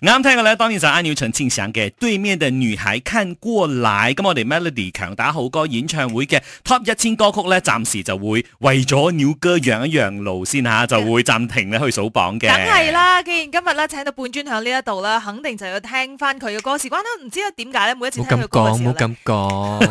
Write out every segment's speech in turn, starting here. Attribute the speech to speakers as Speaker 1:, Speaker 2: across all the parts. Speaker 1: 啱聽嘅咧，當然就係 Anu 陳千省嘅《對面的女孩看過來》。咁我哋 Melody 強打好歌演唱會嘅 Top 一千歌曲咧，暫時就會為咗鳥哥讓一讓路先吓，就會暫停咧去數榜嘅。
Speaker 2: 嗯梗係啦，既然今日咧請到半專響呢一度啦，肯定就要聽翻佢嘅歌。事關咧，唔知道啊點解咧，每一次
Speaker 3: 冇
Speaker 2: 聽佢
Speaker 3: 咁
Speaker 2: 嘅歌嘅
Speaker 3: 講，
Speaker 2: 時候
Speaker 3: 冇
Speaker 2: 咧，
Speaker 3: 咁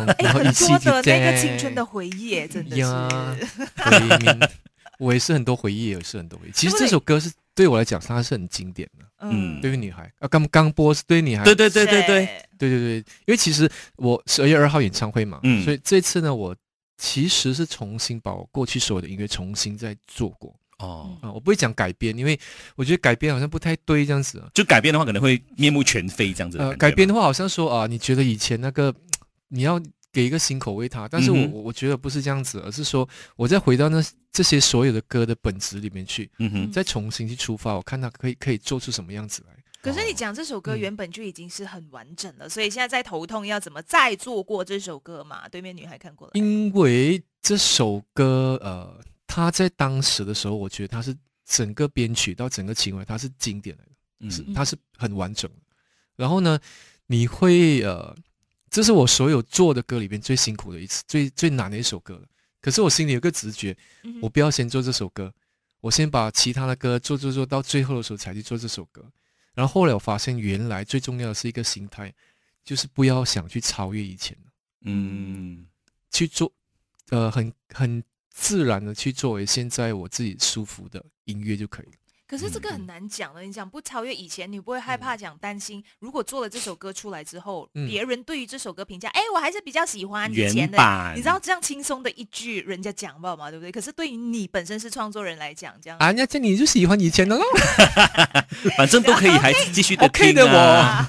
Speaker 3: 講，不好意思
Speaker 2: 很哎多的那個青春的
Speaker 3: 姐
Speaker 2: 回憶耶，真的
Speaker 3: 姐。
Speaker 2: 是。，
Speaker 3: 回憶我也是很多回憶，也是很多回憶。其實
Speaker 2: 對
Speaker 3: 這首歌是對我來講，它是很經典的。
Speaker 1: 嗯
Speaker 3: 對於女孩啊，剛剛播是對於女孩，
Speaker 1: 對對對對對，
Speaker 3: 对对对，因為其實我十二月二號演唱會嘛，
Speaker 1: 嗯
Speaker 3: 所以這次呢，我其實是重新把我過去所有的音樂重新再做過
Speaker 1: 哦，
Speaker 3: 啊、我不會講改編，因為我覺得改編好像不太對這樣子啊。
Speaker 1: 就改編的話可能會面目全非這樣子的
Speaker 3: 呃，
Speaker 1: 感覺嘛。
Speaker 3: 改編的話好像說啊、你覺得以前那個你要給一個新口味它，但是我、
Speaker 1: 嗯哼
Speaker 3: 我我覺得不是這樣子，而是說我再回到那這些所有的歌的本質裡面去，
Speaker 1: 嗯哼，
Speaker 3: 再重新去出發，我看它可以可以做出什麼樣子來。
Speaker 2: 可是你講這首歌
Speaker 3: 嗯
Speaker 2: 原本就已經是很完整了，所以現在在頭痛要怎麼再做過這首歌嘛？對面女孩看過來，
Speaker 3: 因為這首歌，呃，它在當時的時候，我覺得它是整個編曲到整個情懷，它是經典來的，
Speaker 1: 嗯
Speaker 3: 是它是很完整的。然後呢，你會呃，这是我所有做的歌裡面最辛苦的一次，最最難的一首歌了。可是我心裡有個直觉，
Speaker 2: 嗯
Speaker 3: 我不要先做这首歌，我先把其他的歌做做做到最后的时候才去做这首歌。然后后来我發現，原來最重要的是一個心態，就是不要想去超越以前。
Speaker 1: 嗯
Speaker 3: 去做，呃，很很自然的去作为现在我自己舒服的音乐就可以了。
Speaker 2: 可是這個很難講的。你講不超越以前，你不會害怕講擔心，如果做了這首歌出來之後，
Speaker 3: 嗯
Speaker 2: 別人對於這首歌評價，哎，我還是比較喜歡以前
Speaker 1: 原
Speaker 2: 的。
Speaker 1: 版，
Speaker 2: 你知道這樣輕鬆的一句，人家講不好嘛，對不對？可是對於你本身是創作人來講，這樣
Speaker 3: 啊，那这你就喜歡以前的咯。
Speaker 1: 反正都可以还是继续的
Speaker 3: OK 的
Speaker 1: 啊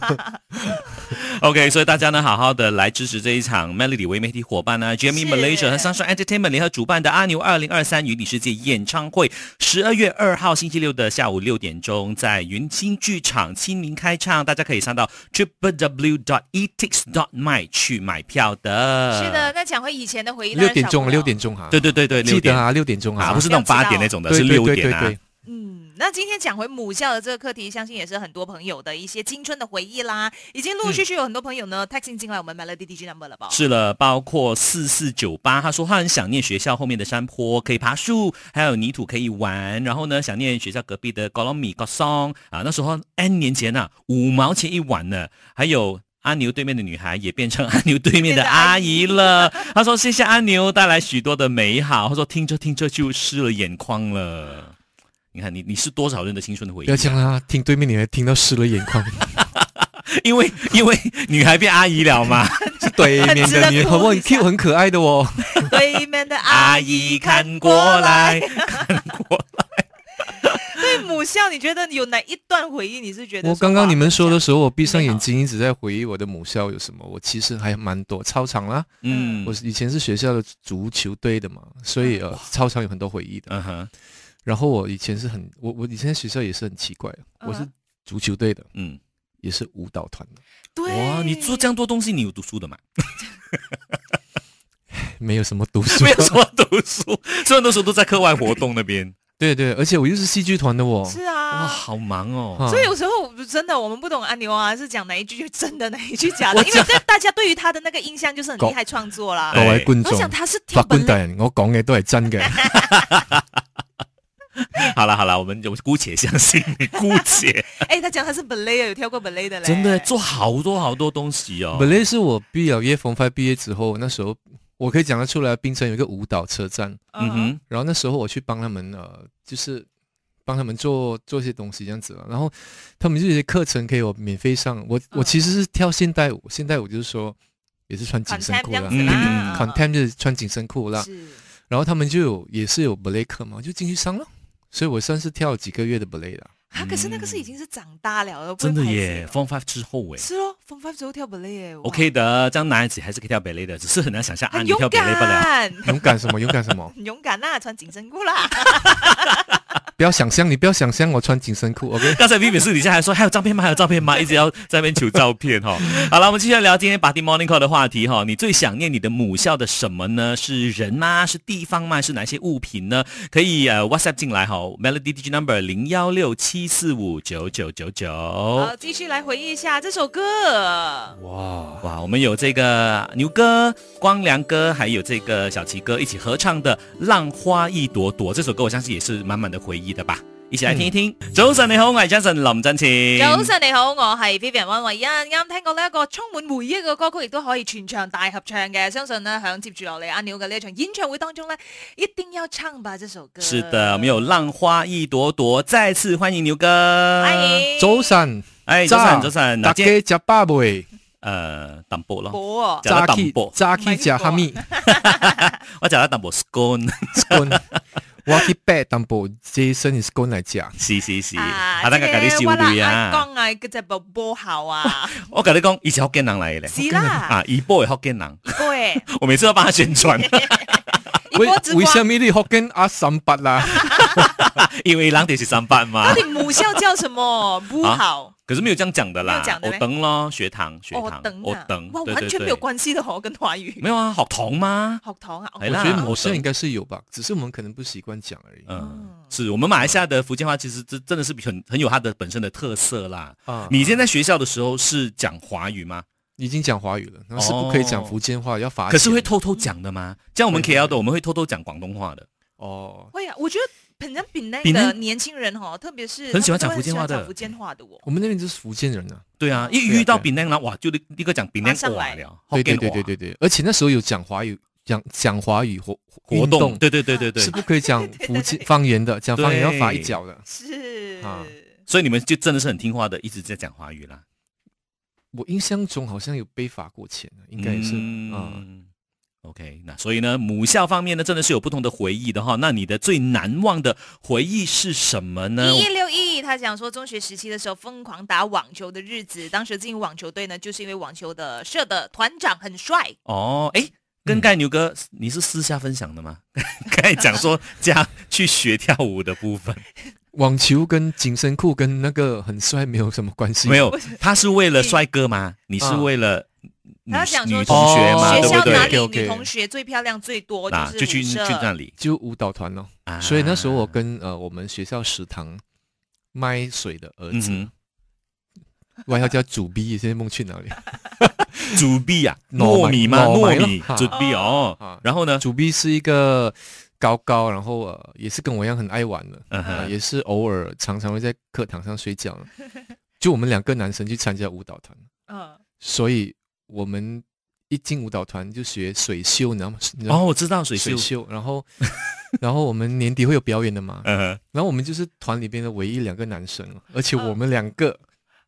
Speaker 1: OK，所以大家呢，好好的来支持这一场 Melody 为媒体伙伴呢、GME
Speaker 2: 是
Speaker 1: Malaysia 和 Sunshine Entertainment 联合主办的阿牛二零二三云顶世界演唱会，十二月二号星期六的下午六点钟，在云清剧场亲民开唱，大家可以上到 triple w dot e etix dot my 去买票的。
Speaker 2: 是的，，那講回以前的回憶，
Speaker 3: 六點鐘，
Speaker 2: 啊，
Speaker 3: 六點鐘哈，
Speaker 1: 对对对对，六
Speaker 3: 記
Speaker 1: 点
Speaker 3: 得啊，六點鐘
Speaker 1: 啊，
Speaker 3: 啊，
Speaker 1: 不是那种八点那种的，
Speaker 3: 对
Speaker 1: 是
Speaker 3: 对
Speaker 1: 六
Speaker 3: 对
Speaker 1: 点
Speaker 3: 对
Speaker 1: 啊。
Speaker 3: 对，
Speaker 2: 嗯，那今天讲回母校的这个课题，相信也是很多朋友的一些青春的回忆啦。已经陆陆续续有很多朋友呢 text 进来我们 Melody DJ number 了吧？
Speaker 1: 是了，包括四四九八，他说他很想念学校后面的山坡，可以爬树，还有泥土可以玩。然后呢，想念学校隔壁的 g o l o m i g o s o n g 啊，那时候 N 年前啊，五毛钱一碗呢。还有阿牛对面的女孩也变成阿牛对面的阿姨了。他说谢谢阿牛带来许多的美好。他说听着听着就湿了眼眶了。你看你你是多少人的青春的回
Speaker 3: 不要
Speaker 1: 忆、
Speaker 3: 讲啦，听對面你还听到濕了眼 眶，
Speaker 1: 因为因为女孩变阿姨了嘛。
Speaker 3: 是對面的女孩，我很 Q 很可愛的哦。
Speaker 2: 对面的
Speaker 1: 阿
Speaker 2: 阿
Speaker 1: 姨
Speaker 2: 姨
Speaker 1: 看
Speaker 2: 看
Speaker 1: 过
Speaker 2: 过来。
Speaker 1: 来，看过来。
Speaker 2: 对母校，你觉得有哪一段回忆你是觉得？
Speaker 3: 我刚刚你们说的，时候，我閉上
Speaker 2: 美好
Speaker 3: 眼睛一直在回憶我的母校有什麼，我其實還蠻多操場啦，
Speaker 1: 嗯
Speaker 3: 我以前是学校的足球队的嘛，所以呃操场有很多回憶的。
Speaker 1: 嗯哼，
Speaker 3: 然后我以前是很，我我以前在学校也是很奇怪的，
Speaker 2: 嗯
Speaker 3: 我是足球队的，
Speaker 1: 嗯。
Speaker 3: 也是舞蹈团的，
Speaker 2: 对，
Speaker 1: 哇，你做这样多东西，你有读书的嘛？
Speaker 3: 没有什么读 书
Speaker 1: 没。有什么读书，虽然那时候都在课外活动那边。
Speaker 3: 对对，而且我又是戏剧团的哦。
Speaker 2: 是
Speaker 1: 哇，
Speaker 2: 啊。
Speaker 1: 好忙哦。
Speaker 3: 啊
Speaker 2: 所以有时候真的我们不懂阿牛啊，是讲哪一句就真的哪一句假的，
Speaker 1: 我
Speaker 2: 因为对大家对于他的那个印象就是很厉害创作啦
Speaker 3: 各。位觀
Speaker 2: 我
Speaker 3: 眾
Speaker 2: 想他是
Speaker 3: 法
Speaker 2: 跳
Speaker 3: 官
Speaker 2: 本
Speaker 3: 大人，我講嘅都係 真嘅。
Speaker 1: 好了好了，我们我们姑且相信你，姑且
Speaker 2: 哎，他讲他是本垒，有跳过本垒的嘞。
Speaker 1: 真的做好多好多东西哦。
Speaker 3: 本来是我畢了業，逢快畢業之後，那時候我可以講得出來，槟城有一個舞蹈車站，
Speaker 1: 嗯哼，
Speaker 3: 然後那時候我去幫他們呃，就是帮他們做做一些東西這樣子啊，然後他們就有些課程可以我免費上。我我
Speaker 2: 嗯
Speaker 3: 其實是跳現代舞，現代舞就是說也是穿緊身
Speaker 2: Contempt
Speaker 3: 褲
Speaker 2: 这样
Speaker 3: 啦
Speaker 2: 子
Speaker 1: 嗯
Speaker 2: 啦
Speaker 3: ，contem 就是穿緊身褲啦。
Speaker 2: 是
Speaker 3: 然后他们就有也是有 ballet 课嘛，我就进去上了，所以我算是跳了几个月的 ballet 了。
Speaker 2: 啊，可是那个是已经是长大了，不会
Speaker 1: 真的
Speaker 2: 排斥
Speaker 1: 耶
Speaker 2: 了
Speaker 1: ，Form Five 之后哎
Speaker 2: 是哦，Form Five 之后跳 ballet 耶哇
Speaker 1: ，OK 的，这样男孩子还是可以跳 ballet 的，只哦是很难想象啊，
Speaker 2: 很
Speaker 1: 你
Speaker 2: 勇
Speaker 1: 跳 ballet 不了。
Speaker 2: 敢，
Speaker 3: 勇敢什么？勇敢什么？
Speaker 2: 很勇敢啦，穿紧身裤啦，
Speaker 3: 不要想象，你不要想象我穿紧身裤，OK？
Speaker 1: 刚才 Vivi 私底下还说还有照片吗？还有照片吗？一直要在那边求照片哈、 好了，我们继续聊今天 Party Morning Call 的话题哈、你最想念你的母校的什么呢？是人吗？是地方吗？是哪些物品呢？可以呃 WhatsApp 进来哈、Melody DG Number 零幺六七四五九九九九。
Speaker 2: 好，继续来回忆一下这首歌。
Speaker 3: 哇，
Speaker 1: 哇，我们有这个牛哥、光良哥，还有这个小齐哥一起合唱的《浪花一朵朵》这首歌，我相信也是满满的回忆的吧。一起来听一听。早晨你好，我系 Jason 林振前。
Speaker 2: 嗯早晨你好，我係 Vivian 温慧欣。啱聽過呢一個充滿回憶嘅歌曲，亦都可以全場大合唱嘅。相信呢，響接住落嚟阿牛嘅呢一場演唱會當中呢，一定要唱吧這首歌。
Speaker 1: 是的，我们有《浪花一朵朵》，再次欢迎牛哥。
Speaker 2: 歡迎。
Speaker 3: 早晨，
Speaker 1: 哎，早晨，早晨，
Speaker 3: 大
Speaker 1: 那今天
Speaker 3: 家食饱未？
Speaker 1: 呃，淡薄咯，
Speaker 2: 播啊
Speaker 1: 食得
Speaker 3: 早
Speaker 1: 淡
Speaker 3: 起
Speaker 1: 薄
Speaker 3: 早起食 哈密，
Speaker 1: 我讲到淡薄 scone，
Speaker 3: 我去 bed 淡薄，Jason is going 来食。
Speaker 1: 是是是，
Speaker 2: 啊，
Speaker 1: 啊，等下
Speaker 2: 即
Speaker 1: 跟你
Speaker 2: 係
Speaker 1: 笑
Speaker 2: 我啦
Speaker 1: 对
Speaker 2: 阿
Speaker 1: 啊，
Speaker 2: 江啊，嗰只部波校啊，
Speaker 1: 我跟你讲，以前福建人来的嘞，
Speaker 2: 是啦，
Speaker 1: 啊，一波也福建人，
Speaker 2: 对，
Speaker 1: 我每次都帮他宣 传，
Speaker 2: 一波之
Speaker 3: 为什
Speaker 2: 光。
Speaker 3: 么你学跟阿三八啦？
Speaker 1: 因为人就是三班嘛
Speaker 2: 到。底母校叫什么？母校
Speaker 1: 可是没有这样讲的
Speaker 2: 没
Speaker 1: 啦
Speaker 2: 有讲，的
Speaker 1: 我
Speaker 2: 咩
Speaker 1: 等咯，学堂学
Speaker 2: 哦
Speaker 1: 堂，
Speaker 2: 等
Speaker 1: 我
Speaker 2: 啊
Speaker 1: 等，
Speaker 2: 哇，
Speaker 1: 对
Speaker 2: 完
Speaker 1: 对
Speaker 2: 全没有
Speaker 1: 对，
Speaker 2: 關係的哦，跟華語
Speaker 1: 没有啊，學堂吗？
Speaker 2: 學堂啊，
Speaker 1: 係
Speaker 3: 我
Speaker 1: 啦
Speaker 3: 觉
Speaker 1: 那
Speaker 3: 得某些
Speaker 1: 等
Speaker 3: 应该是有吧，只是我们可能不习惯讲而已。
Speaker 1: 嗯，
Speaker 2: 哦
Speaker 1: 是我们马来西亚的福建话，其实真真的是很很有它的本身的特色啦。
Speaker 3: 啊，
Speaker 1: 呃你现在学校的时候是讲华语吗？
Speaker 3: 已经讲华语了，然后是不可以讲福建话，要罚钱。
Speaker 1: 哦可是会偷偷讲的吗？像我们
Speaker 3: 会
Speaker 1: KL 的，我们会偷偷讲广东话的。
Speaker 3: 哦，
Speaker 2: 会啊，我觉得本身闽南
Speaker 1: 闽
Speaker 2: 的
Speaker 1: 南
Speaker 2: 年轻人哦，特别是
Speaker 1: 很喜欢
Speaker 2: 他
Speaker 1: 讲
Speaker 2: 们都
Speaker 1: 福建话
Speaker 2: 很喜欢
Speaker 1: 的
Speaker 2: 讲福建话的哦。
Speaker 3: 我们那边就是福建人啊。
Speaker 1: 对啊，一
Speaker 3: 对啊
Speaker 1: 遇到
Speaker 3: 对
Speaker 1: Penang 啦，哇，就立立刻讲 Penang
Speaker 2: 上
Speaker 1: 话
Speaker 2: 来
Speaker 1: 了，
Speaker 3: 对对
Speaker 1: Hokkien
Speaker 3: 对
Speaker 1: 话
Speaker 3: 对对对，而且那时候有讲华语，讲讲华语活
Speaker 1: 啊活
Speaker 3: 运
Speaker 1: 动，对对对对对
Speaker 3: 是，不可以讲福建方言的，讲方言要罚一脚的。
Speaker 2: 是
Speaker 3: 啊
Speaker 1: 所以你们就真的是很听话的，一直在讲华语啦，
Speaker 3: 我印象中好像有被罚过钱的，应该也是啊。
Speaker 1: 嗯 OK，那所以呢，母校方面呢，真的是有不同的回忆的哈。那你的最难忘的回忆是什么呢？
Speaker 2: 一六一，他讲说中学时期的时候疯狂打网球的日子，当时进入网球队呢，就是因为网球的社的团长很帅，
Speaker 1: 哦，哎，跟盖牛哥，你是私下分享的吗？ 刚才讲说加去学跳舞的部分，
Speaker 3: 网球跟紧身裤跟那个很帅没有什么关系，
Speaker 1: 没有，他是为了帅哥吗？你是
Speaker 3: 啊
Speaker 1: 为了女
Speaker 2: 嗯他讲说
Speaker 1: 女同学嘛，
Speaker 2: 学
Speaker 1: 对不
Speaker 2: 校哪
Speaker 1: 对？
Speaker 2: 里
Speaker 3: OK，OK
Speaker 2: 女同学最漂亮最多
Speaker 1: 那
Speaker 2: 就是
Speaker 1: 去
Speaker 2: 舞
Speaker 1: 去
Speaker 2: 社
Speaker 1: 那里，
Speaker 3: 就舞蹈团咯。
Speaker 1: 啊
Speaker 3: 所以那时候我跟呃我们学校食堂卖水的儿
Speaker 1: 嗯
Speaker 3: 子，
Speaker 1: 哼，
Speaker 3: 外号叫主逼，现在梦去哪 里？
Speaker 1: 主币啊，
Speaker 3: 糯
Speaker 1: 糯
Speaker 3: 米
Speaker 1: 米吗？
Speaker 3: 糯米
Speaker 1: 糯 米
Speaker 3: 咯
Speaker 1: 主币哦
Speaker 3: 啊，
Speaker 1: 然后呢？
Speaker 3: 主逼是一个高高，然后呃也是跟我一样很爱玩的，
Speaker 1: 嗯
Speaker 3: 呃
Speaker 1: 哼
Speaker 3: 也是偶尔常常会在课堂上 睡觉。就我们两个男生去参加舞蹈团，
Speaker 2: 嗯，
Speaker 3: 所以我们一进舞蹈团就学水袖，你知道吗？你知道
Speaker 1: 哦，我知道水
Speaker 3: 水
Speaker 1: 袖，
Speaker 3: 袖，然后 然后我们年底会有表演的嘛，
Speaker 1: 嗯哼，
Speaker 3: 然后我们就是团里边的唯一两个男生，啊而且我们两个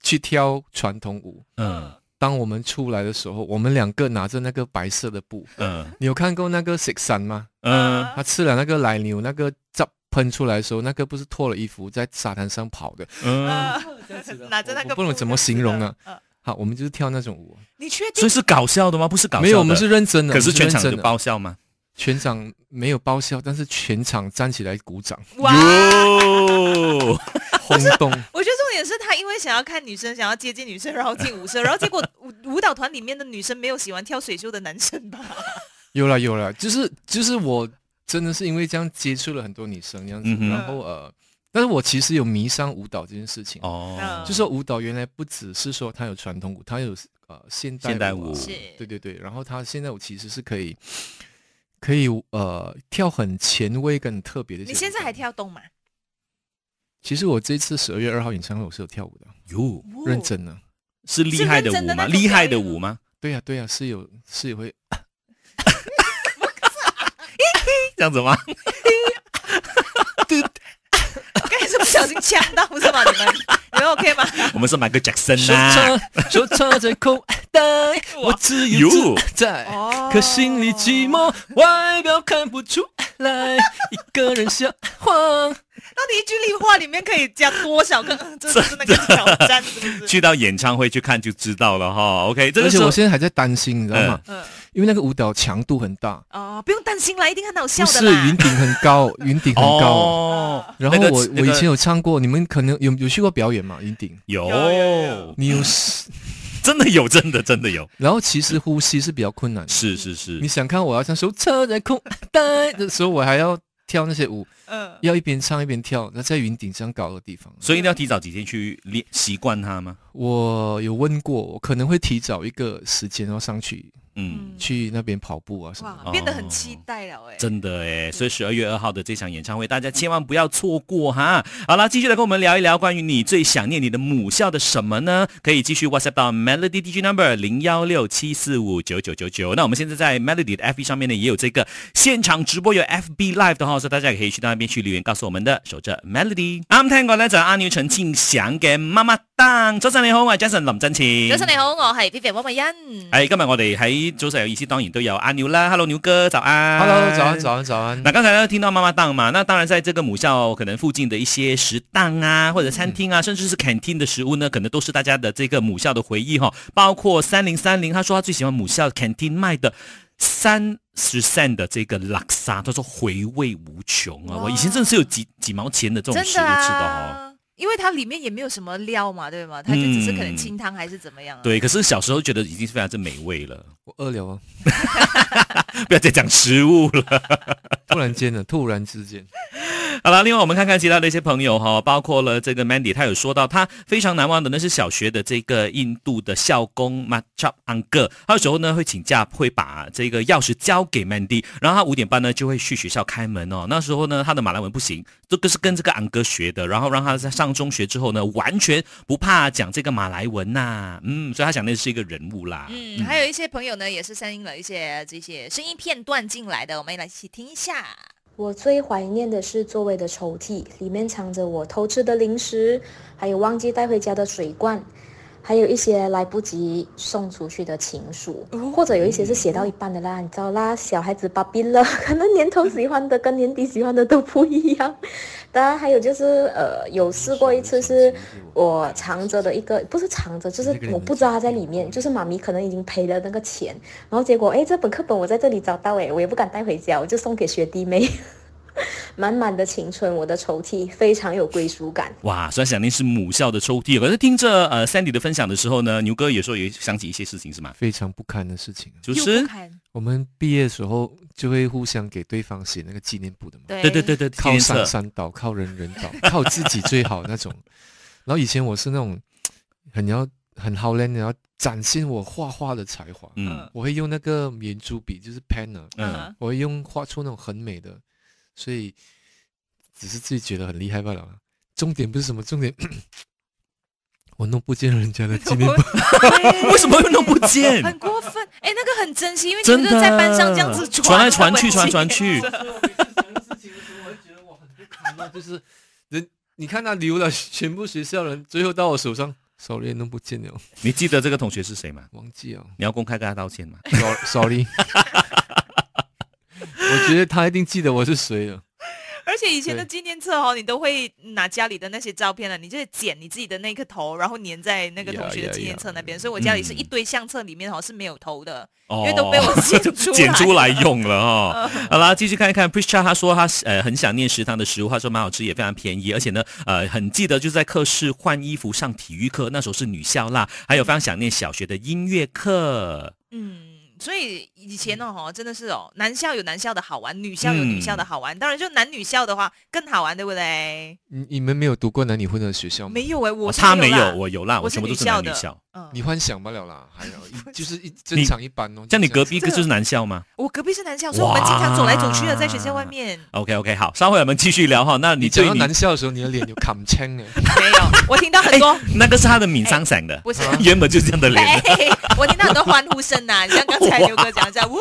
Speaker 3: 去跳传统舞。
Speaker 1: 嗯
Speaker 3: 当我们出来的时候，我们两个拿着那个白色的布，
Speaker 1: 嗯
Speaker 3: 你有看过那个 Six 三吗？
Speaker 1: 嗯，
Speaker 3: 他吃了那个奶牛，那个汁喷出来的时候，那个不是脱了衣服在沙滩上跑的，
Speaker 2: 呃
Speaker 1: 嗯，
Speaker 2: 拿 着那
Speaker 3: 我
Speaker 2: 个
Speaker 3: 不懂
Speaker 2: 布
Speaker 3: 怎么形容啊。
Speaker 2: 呃
Speaker 3: 好，我们就是跳那种舞，啊
Speaker 2: 你确定
Speaker 1: 所以是搞笑的吗？不是搞笑的，
Speaker 3: 没有，我们是认真的，
Speaker 1: 可是全场就
Speaker 3: 我们
Speaker 1: 是
Speaker 3: 认真的，
Speaker 1: 爆笑吗？
Speaker 3: 全场没有爆笑，但是全场站起来鼓掌，
Speaker 2: 哇？
Speaker 1: 哟，
Speaker 3: 轰动。
Speaker 2: 我觉得重点是他因为想要看女生，想要接近女生，然后进舞社，然后结果舞舞蹈团里面的女生没有喜欢跳水袖的男生吧？
Speaker 3: 有了有了，就是就是我真的是因为这样接触了很多女生这样子，
Speaker 1: 嗯哼
Speaker 3: 然后呃，但是我其实有迷上舞蹈这件事情，
Speaker 1: 哦，
Speaker 3: 就说舞蹈原来不只是说它有传统舞，它有呃现代
Speaker 1: 现代舞
Speaker 3: 啊
Speaker 2: 是
Speaker 3: 对对对，然后它现代舞其实是可以可以呃跳很前卫跟很特别的。
Speaker 2: 你现在还？跳动吗？
Speaker 3: 其实我这次十二月二号演唱会我是有跳舞的，
Speaker 1: 哟，
Speaker 2: 哦
Speaker 3: 认真的。
Speaker 1: 是厉害的
Speaker 2: 是认真
Speaker 1: 舞
Speaker 2: 的
Speaker 1: 吗？
Speaker 2: 那种
Speaker 1: 厉害的
Speaker 2: 表演
Speaker 1: 舞吗？
Speaker 3: 对呀、对呀、是有是有会
Speaker 1: 这样子吗？
Speaker 2: 刚才是不小心呛到是吗？你们你们 OK 吗？
Speaker 1: 我们是 Michael Jackson
Speaker 3: 手
Speaker 1: 啊。
Speaker 3: 插手插在 口袋，我自由
Speaker 1: 哟
Speaker 3: 自在。
Speaker 2: 哦
Speaker 3: 可心里寂。寞，外表看不出来，一个人瞎 晃。
Speaker 2: 到底一句例话里面可以加多少个？嗯这就是那个挑战，是不是？
Speaker 1: 去到演唱会去看就知道了哈。OK，这
Speaker 3: 而
Speaker 1: 个
Speaker 3: 且
Speaker 1: 时候
Speaker 3: 我现在还在担心，你知道吗？
Speaker 2: 嗯，
Speaker 3: 因为那个舞蹈强度很大，
Speaker 2: 哦，不用担心啦，一定很好笑
Speaker 3: 不
Speaker 2: 的
Speaker 3: 是
Speaker 2: 啦。
Speaker 3: 云顶很 高，云顶很高。
Speaker 1: 哦，
Speaker 3: 然后
Speaker 1: 那个
Speaker 3: 我、
Speaker 1: 那
Speaker 3: 我
Speaker 1: 个
Speaker 3: 以前有唱过，你们可能有有去过表演嘛？云顶，
Speaker 1: 有
Speaker 2: 有有有
Speaker 3: 你有，
Speaker 1: 真的有，真的真的有，
Speaker 3: 然后其实呼吸是比较困难的。
Speaker 1: 是是是
Speaker 3: 你，想看我要唱手车在空带的时候，我还要跳那些舞，
Speaker 2: 嗯，
Speaker 3: 要一边唱一边跳。那在云顶这样高的地方，
Speaker 1: 所以一定要提早几天去练习惯它吗？
Speaker 3: 我有问过，我可能会提早一个时间，然后上去
Speaker 1: 嗯，
Speaker 2: 嗯
Speaker 3: 去那边跑步啊什么的。
Speaker 2: 哇，变得很期待了哎。
Speaker 1: 真的诶，所以十二月二号的这场演唱会，大家千万不要错过哈。好啦，继续来跟我们聊一聊关于你最想念你的母校的什么呢？可以继续 WhatsApp 到 Melody DG Number 零幺六七四五九九九九。那我们现在在 Melody 的 FB 上面呢，也有这个现场直播有 FB Live 的哈，所以大家也可以去到那边去留言告诉我們我们的守着 Melody。啱聽過呢，就係阿牛陳千祥嘅媽媽檔。早晨你好，我係 Jason 林振前。
Speaker 2: 早晨你好，我係 Vivian 汪慧欣。
Speaker 1: 係今日我哋喺早晨有意思，當然都有阿牛啦。Hello 牛哥，早安。
Speaker 3: Hello，早安，早安，早
Speaker 2: 嗯
Speaker 3: 安。
Speaker 1: 那刚才呢听到妈妈档嘛，那当然在这个母校可能附近的一些食档啊，或者餐厅
Speaker 2: 嗯
Speaker 1: 啊，甚至是 canteen 的食物呢，可能都是大家的这个母校的回忆哈、包括三零三零，他说他最喜欢母校 canteen 卖的三十 cent 的这个拉沙，他说回味无穷啊！
Speaker 2: 哇
Speaker 1: 我以前真的是有几几毛钱的这种
Speaker 2: 真
Speaker 1: 食物吃
Speaker 2: 的
Speaker 1: 的哦。
Speaker 2: 啊，因为它里面也没有什么料嘛，对吗？它就只是可能
Speaker 1: 嗯
Speaker 2: 清汤还是怎么样啊？
Speaker 1: 对，可是小时候觉得已经是非常之美味了，
Speaker 3: 我饿了哦，
Speaker 1: 不要再讲食物了。
Speaker 3: 突然间的， 突然之间，
Speaker 1: 好了，另外我们看看其他的一些朋友哈、包括了这个 Mandy，他有说到他非常难忘的那是小学的这个印度的校工 Machap Uncle，他有时候呢会请假，会把这个钥匙交给 Mandy，然后他五点半呢就会去学校开门哦。那时候呢他的马来文不行，这个是跟这个昂哥学的，然后让他在上中学之后呢完全不怕讲这个马来文呐、嗯，所以他想那是一个人物啦。
Speaker 2: 嗯，还有一些朋友呢，也是声音了一些这些声音片段进来的，我们来一起听一下。
Speaker 4: 我最怀念的是座位的抽屉，里面藏着我偷吃的零食，还有忘记带回家的水罐，还有一些来不及送出去的情书，或者有一些是写到一半的啦，你知道啦，小孩子芭比了，可能年头喜欢的跟年底喜欢的都不一样。当然，还有就是呃，有试过一次是我藏着的一个，不是藏着，就是我不知道它在里面，就是妈咪可能已经赔了那个钱，然后结果哎，这本课本我在这里找到哎，我也不敢带回家，我就送给学弟妹。 满满的青春，我的抽屉非常有归属感。
Speaker 1: 哇，虽然想念是母校的抽屉，可是听着呃 Sandy 的分享的时候呢，牛哥有时候也想起一些事情是吗？
Speaker 3: 非常不堪的事情。
Speaker 1: 就
Speaker 2: 又
Speaker 1: 是
Speaker 2: 不。堪
Speaker 3: 我们毕业的时候就会互相给对方写那个纪念簿的嘛。
Speaker 2: 对
Speaker 1: 对对对对，纪
Speaker 3: 靠
Speaker 1: 念册
Speaker 3: 山山倒，靠人人倒， 靠自己最好那种。然后以前我是那种很要很好练，然后展现我画画的才华。
Speaker 1: 嗯
Speaker 3: 我会用那个圆珠笔，就是 pen 啊，
Speaker 1: 嗯，
Speaker 3: 我会用画出那种很美的，所以只是自己觉得很厉害罢了。啊重点不是什么重点， 我弄不见人家的纪念簿，
Speaker 2: 对
Speaker 1: 为什么弄不 见？
Speaker 2: 很过分，哎，那个很珍惜，因为你
Speaker 1: 真
Speaker 2: 们
Speaker 1: 的啊
Speaker 2: 就是在班上这样子
Speaker 1: 传来传
Speaker 2: 那
Speaker 1: 去，
Speaker 2: 个
Speaker 1: 传
Speaker 2: 文
Speaker 1: 来传
Speaker 2: 件
Speaker 1: 去。
Speaker 3: 啊就是人，你看他留了全部学校人，最后到我手上，sorry 弄不见了，
Speaker 1: 你记得这个同学是谁吗？
Speaker 3: 忘记了。
Speaker 1: 你要公开跟他道歉吗？
Speaker 3: Sorry- Sorry，我觉得他一定记得我是谁了。
Speaker 2: 而且以前的
Speaker 3: 对
Speaker 2: 纪念册哦，你都会拿家里的那些照片啊了，你就剪你自己的那个头，然后粘在那个同学
Speaker 3: 呀呀
Speaker 2: 的纪念
Speaker 3: 呀
Speaker 2: 册那边。所以我家里是一
Speaker 1: 嗯
Speaker 2: 堆相册里面哦是没有头的，
Speaker 1: 哦
Speaker 2: 因为都被我 剪出 来。嗯
Speaker 1: 剪出来用了 哦。好啦，继续看一看 Prisha，他说他呃很想念食堂的食物，他说蛮好吃，也非常便宜，而且呢呃很记得就是在课室换衣服上体育课，那时候是女校啦，还有非常想念小学的音乐课。
Speaker 2: 嗯，所以以前哦，哈，真的是哦，男校有男校的好玩，女校有女校的好玩。当然，就男女校的话更好玩，对不对？
Speaker 3: 你你们没有读过男女混合学校吗？
Speaker 2: 没有哎、我
Speaker 1: 哦
Speaker 2: 是
Speaker 1: 他没
Speaker 2: 有啦
Speaker 1: 有，，我有啦，我
Speaker 2: 我是
Speaker 1: 全部都是
Speaker 2: 女校
Speaker 1: 男女
Speaker 2: 的
Speaker 1: 校。
Speaker 2: 嗯，
Speaker 3: 你幻想不了啦，还有一就是一正常一般哦。
Speaker 1: 像你隔
Speaker 3: 壁
Speaker 1: 壁就是男校吗？
Speaker 2: 我隔壁是男校，所以我们经常走来走去的，在学校外面。
Speaker 1: OK OK，好，稍后我们继续聊哈。那你
Speaker 3: 你讲
Speaker 1: 对
Speaker 3: 到
Speaker 1: 你
Speaker 3: 男校的时候，你的脸有砍青哎，
Speaker 2: 没有，我听到很多，
Speaker 1: 那个是他的闽商省的，
Speaker 2: 不是。
Speaker 1: 原本就是这样的脸
Speaker 2: 哎，我听到很多欢呼声呐、像刚才牛哥讲一 下，呜，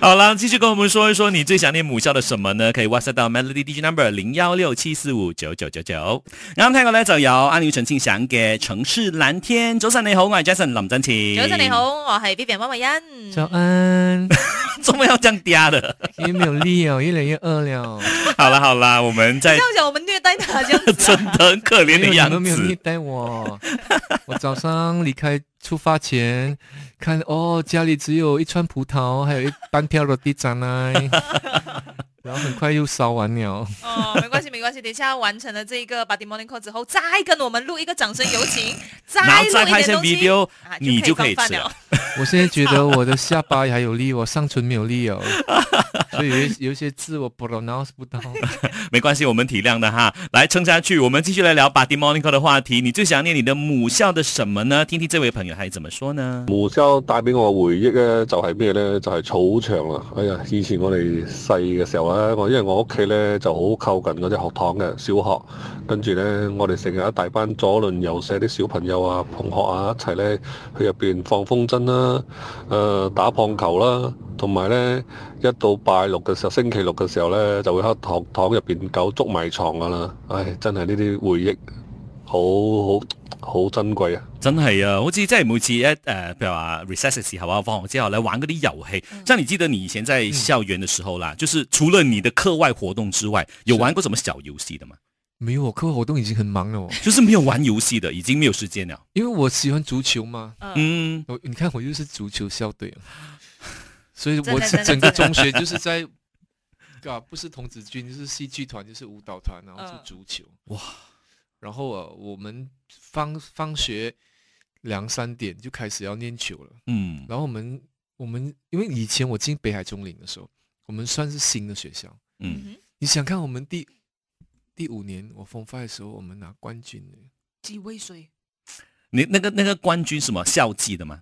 Speaker 1: 好了，继续跟我们说一说你最想念母校的什么呢？可以 WhatsApp 到 Melody DJ number 零幺六七四五九九九九。啱聽過咧就有阿廖陳慶祥嘅《城市藍天》。早晨你好，我係 Jason 林振前。
Speaker 2: 早晨你好，，我係 Vivian 温慧
Speaker 1: 哎
Speaker 2: 欣。
Speaker 3: 早安，
Speaker 1: 怎么要这样嗲的？
Speaker 3: 也没有力哦，越来越饿了。
Speaker 1: 好了好了，我们在
Speaker 2: 这样讲，我们虐待他这样子、
Speaker 1: 真
Speaker 2: 啊。
Speaker 1: 的很可怜
Speaker 3: 没有
Speaker 1: 的
Speaker 3: 你
Speaker 1: 样
Speaker 3: 们没有虐
Speaker 1: 子。
Speaker 3: 待我，我早上离开出发前看哦，家里只有一串葡萄，还有一半条的地渣 奶，然后很快又烧完了。
Speaker 2: 哦，没关系，没关系。等一下完成了这一个 Body Morning Call 之后，再跟我们录一个掌声有请，再
Speaker 1: 然后再
Speaker 2: 录一
Speaker 1: 拍一
Speaker 2: 点
Speaker 1: 些
Speaker 2: 东西，
Speaker 1: video，
Speaker 2: 啊
Speaker 1: 你就可以
Speaker 2: 放
Speaker 1: 吃
Speaker 2: 饭
Speaker 1: 了。
Speaker 3: 我现在觉得我的下巴还有力，我上唇没有力哦，所以有一有一些字我 pronounce 不到。
Speaker 1: 没关系，我们体谅的哈。来撑下去，我们继续来聊 Body Monica 的话题。你最想念你的母校的什么呢？听听这位朋友他怎么说呢？
Speaker 5: 母校帶俾我回憶咧，就係咩咧？就係、草場啦！哎呀，以前我哋細嘅時候啊咧，我因為我屋企咧就好靠近嗰只學堂嘅小學，跟住咧我哋成日一大班左鄰右舍啲小朋友啊、同學啊一齊咧去入邊放風箏啦、誒、打棒球啦，同埋咧一到拜六嘅時候、星期六嘅時候咧，就會喺學堂入邊搞捉迷藏噶啦！唉，真係呢啲回憶好好好珍貴啊！
Speaker 1: 真係啊，好似真係每次一誒、呃譬如話 recess 嘅時候啊，放學之後咧玩嗰啲遊戲。像你記得你以前在校園嘅時候啦，就是除了你的課外活動之外，有玩過什麼小遊戲的嗎？
Speaker 3: 没有，我课外活动已经很忙了哦，
Speaker 1: 就是没有玩游戲的，已經沒有時間了。
Speaker 3: 因为我喜欢足球嘛。
Speaker 2: 嗯，
Speaker 1: 嗯，
Speaker 3: 我你看我又是足球校队啊，所以
Speaker 2: 真
Speaker 3: 我
Speaker 2: 的
Speaker 3: 是
Speaker 2: 真
Speaker 3: 整
Speaker 2: 的
Speaker 3: 个中学就是在啊，不是童子军就是戏剧团，就是舞蹈团，然后
Speaker 2: 嗯
Speaker 3: 是足球。
Speaker 1: 哇，
Speaker 3: 然后啊，我们放放学两三点就开始要练球了。
Speaker 1: 嗯，
Speaker 3: 然后我们我们因为以前我进北海中岭的时候，我们算是新的学校。
Speaker 1: 嗯，
Speaker 2: 嗯哼
Speaker 3: 你想看我们第第五年我封发的时候，我们拿冠军的
Speaker 2: 几位水
Speaker 1: 你那個那個冠軍是什麼校季的嗎？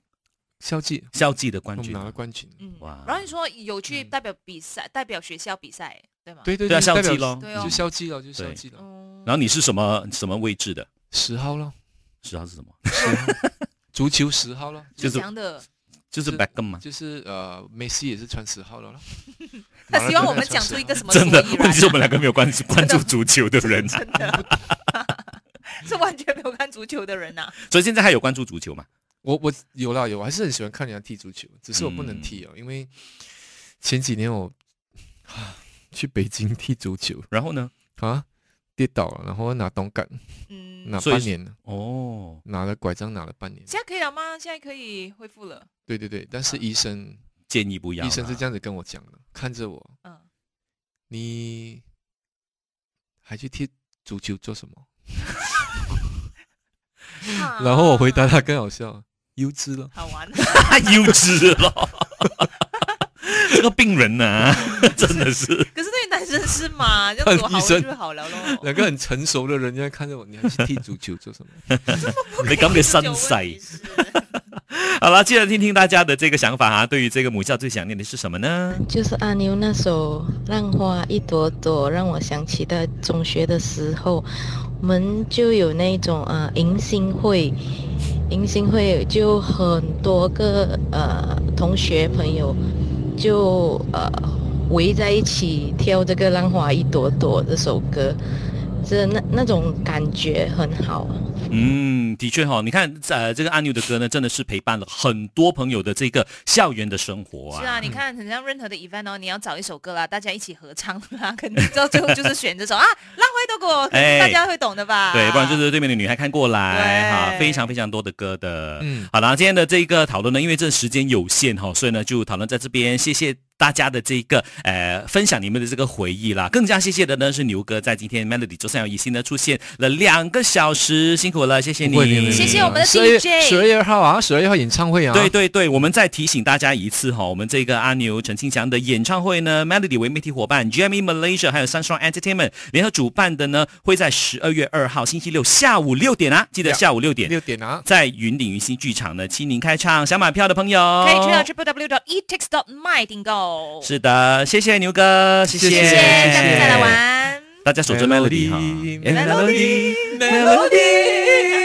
Speaker 3: 校际，
Speaker 1: 校季的
Speaker 3: 我
Speaker 1: 冠
Speaker 3: 们
Speaker 1: 軍
Speaker 3: 拿
Speaker 1: 啊。
Speaker 3: 了冠军。
Speaker 2: 嗯
Speaker 1: 哇，
Speaker 2: 然后你说有去
Speaker 3: 嗯
Speaker 2: 代表比赛、代表学校比赛，对吗？，
Speaker 3: 对对
Speaker 1: 对啊，
Speaker 3: 对，
Speaker 1: 校
Speaker 3: 代
Speaker 1: 季
Speaker 3: 表
Speaker 1: 咯。
Speaker 2: 对哦
Speaker 3: 就校际了，就校
Speaker 1: 对
Speaker 3: 际了。
Speaker 2: 嗯
Speaker 1: 然后你是什么什么位置的？
Speaker 3: 十号了，
Speaker 1: 知道是什么？
Speaker 3: 十号，足球十号了，
Speaker 1: 就是
Speaker 2: 这样的，
Speaker 1: 就是
Speaker 3: 是
Speaker 1: Beckham 嘛。
Speaker 3: 就是呃，梅西也是穿十号了了。
Speaker 2: 他
Speaker 3: 马拉
Speaker 2: 希望
Speaker 3: 多
Speaker 2: 我
Speaker 3: 纳
Speaker 2: 们
Speaker 3: 穿
Speaker 2: 讲出
Speaker 3: 10
Speaker 2: 一个什么
Speaker 1: 真的
Speaker 2: 所以，然
Speaker 1: 问题是我们两个没有关注关注足球的人，
Speaker 2: 真的是完全没有看足球的人啊呐、
Speaker 1: 所以现在还有关注足球嘛？
Speaker 3: 我我有啦有，我还是很喜欢看人家踢足球，只是我不能
Speaker 1: 嗯
Speaker 3: 踢哦，因为前几年我 去北京踢足球
Speaker 1: 然后呢？
Speaker 3: 啊，跌倒了，然后拿东杆
Speaker 2: 嗯，
Speaker 3: 拿
Speaker 1: 所以
Speaker 3: 半
Speaker 1: 是
Speaker 3: 年了，
Speaker 1: 哦，
Speaker 3: 拿了拐杖拿了半年。
Speaker 2: 现在可以了吗？现在可以恢复了。
Speaker 3: 对对对，但是
Speaker 2: 嗯
Speaker 3: 医生
Speaker 1: 建议啊不要啦。
Speaker 3: 医生是这样子跟我讲的，看着我，
Speaker 2: 嗯，
Speaker 3: 你还去踢足球做什么？然后我回答
Speaker 2: 啊
Speaker 3: 他更好笑，幼稚了。
Speaker 2: 好玩。
Speaker 1: 太幼稚了，这个病人呢、啊真的是
Speaker 2: 可是对于男生是嘛，这样 子我好
Speaker 3: 医生
Speaker 2: 就好了 咯。
Speaker 3: 两个很成熟的人家看着我，你还去踢足球做什 么？
Speaker 1: 你咁嘅身世。好了，接着听听大家的这个想法啊，对于这个母校最想念的是什么呢？
Speaker 6: 就是阿牛那首《浪花一朵朵》，让我想起到中学的时候，我们就有那种呃迎新会，迎新会就很多个呃同学朋友就呃围在一起跳这个《浪花一朵朵》这首歌，这那那种感觉很好。
Speaker 1: 嗯，的确哈、哦，你看呃，这个阿牛的歌呢，真的是陪伴了很多朋友的这个校园的生活啊。
Speaker 2: 是啊，你看，很像任何的 event 哦，你要找一首歌啦，大家一起合唱啦，肯定到最后就是选这首啊，《 浪花朵朵》，
Speaker 1: 哎
Speaker 2: 大家会懂的吧？
Speaker 1: 对，不然就是对面的女孩看过来哈，
Speaker 2: 啊对
Speaker 1: 非常非常多的歌的。嗯
Speaker 3: 嗯，
Speaker 1: 好啦，今天的这个讨论呢，因为这时间有限哈、所以呢就讨论在这边，谢谢。大家的这个呃分享你们的这个回忆啦，更加谢谢的呢是牛哥在今天 Melody 周三有一新呢出现了两个小时，辛苦了，谢谢你，
Speaker 2: 谢谢我们的
Speaker 3: 十二月
Speaker 2: DJ
Speaker 3: 十二月二号啊，十二月二号演唱会啊，
Speaker 1: 对对对，我们再提醒大家一次哈，我们这个阿牛陈庆祥的演唱会呢，Melody 为媒体伙伴，GME Malaysia 还有 Sunshine Entertainment 联合主办的呢，会在十二月二号星期六下午六点啊，记得
Speaker 3: Yeah，
Speaker 1: 下午六点。
Speaker 3: 六点啊，
Speaker 1: 在云顶云溪剧场呢，亲临开唱，想买票的朋友
Speaker 2: 可以去到 triple w dot etix dot my 订购。
Speaker 1: 是的，谢谢牛哥，谢谢，
Speaker 3: 谢
Speaker 2: 谢谢，下次再来玩。
Speaker 1: 大家守着 melody 哈。
Speaker 3: Melody，Melody，Melody。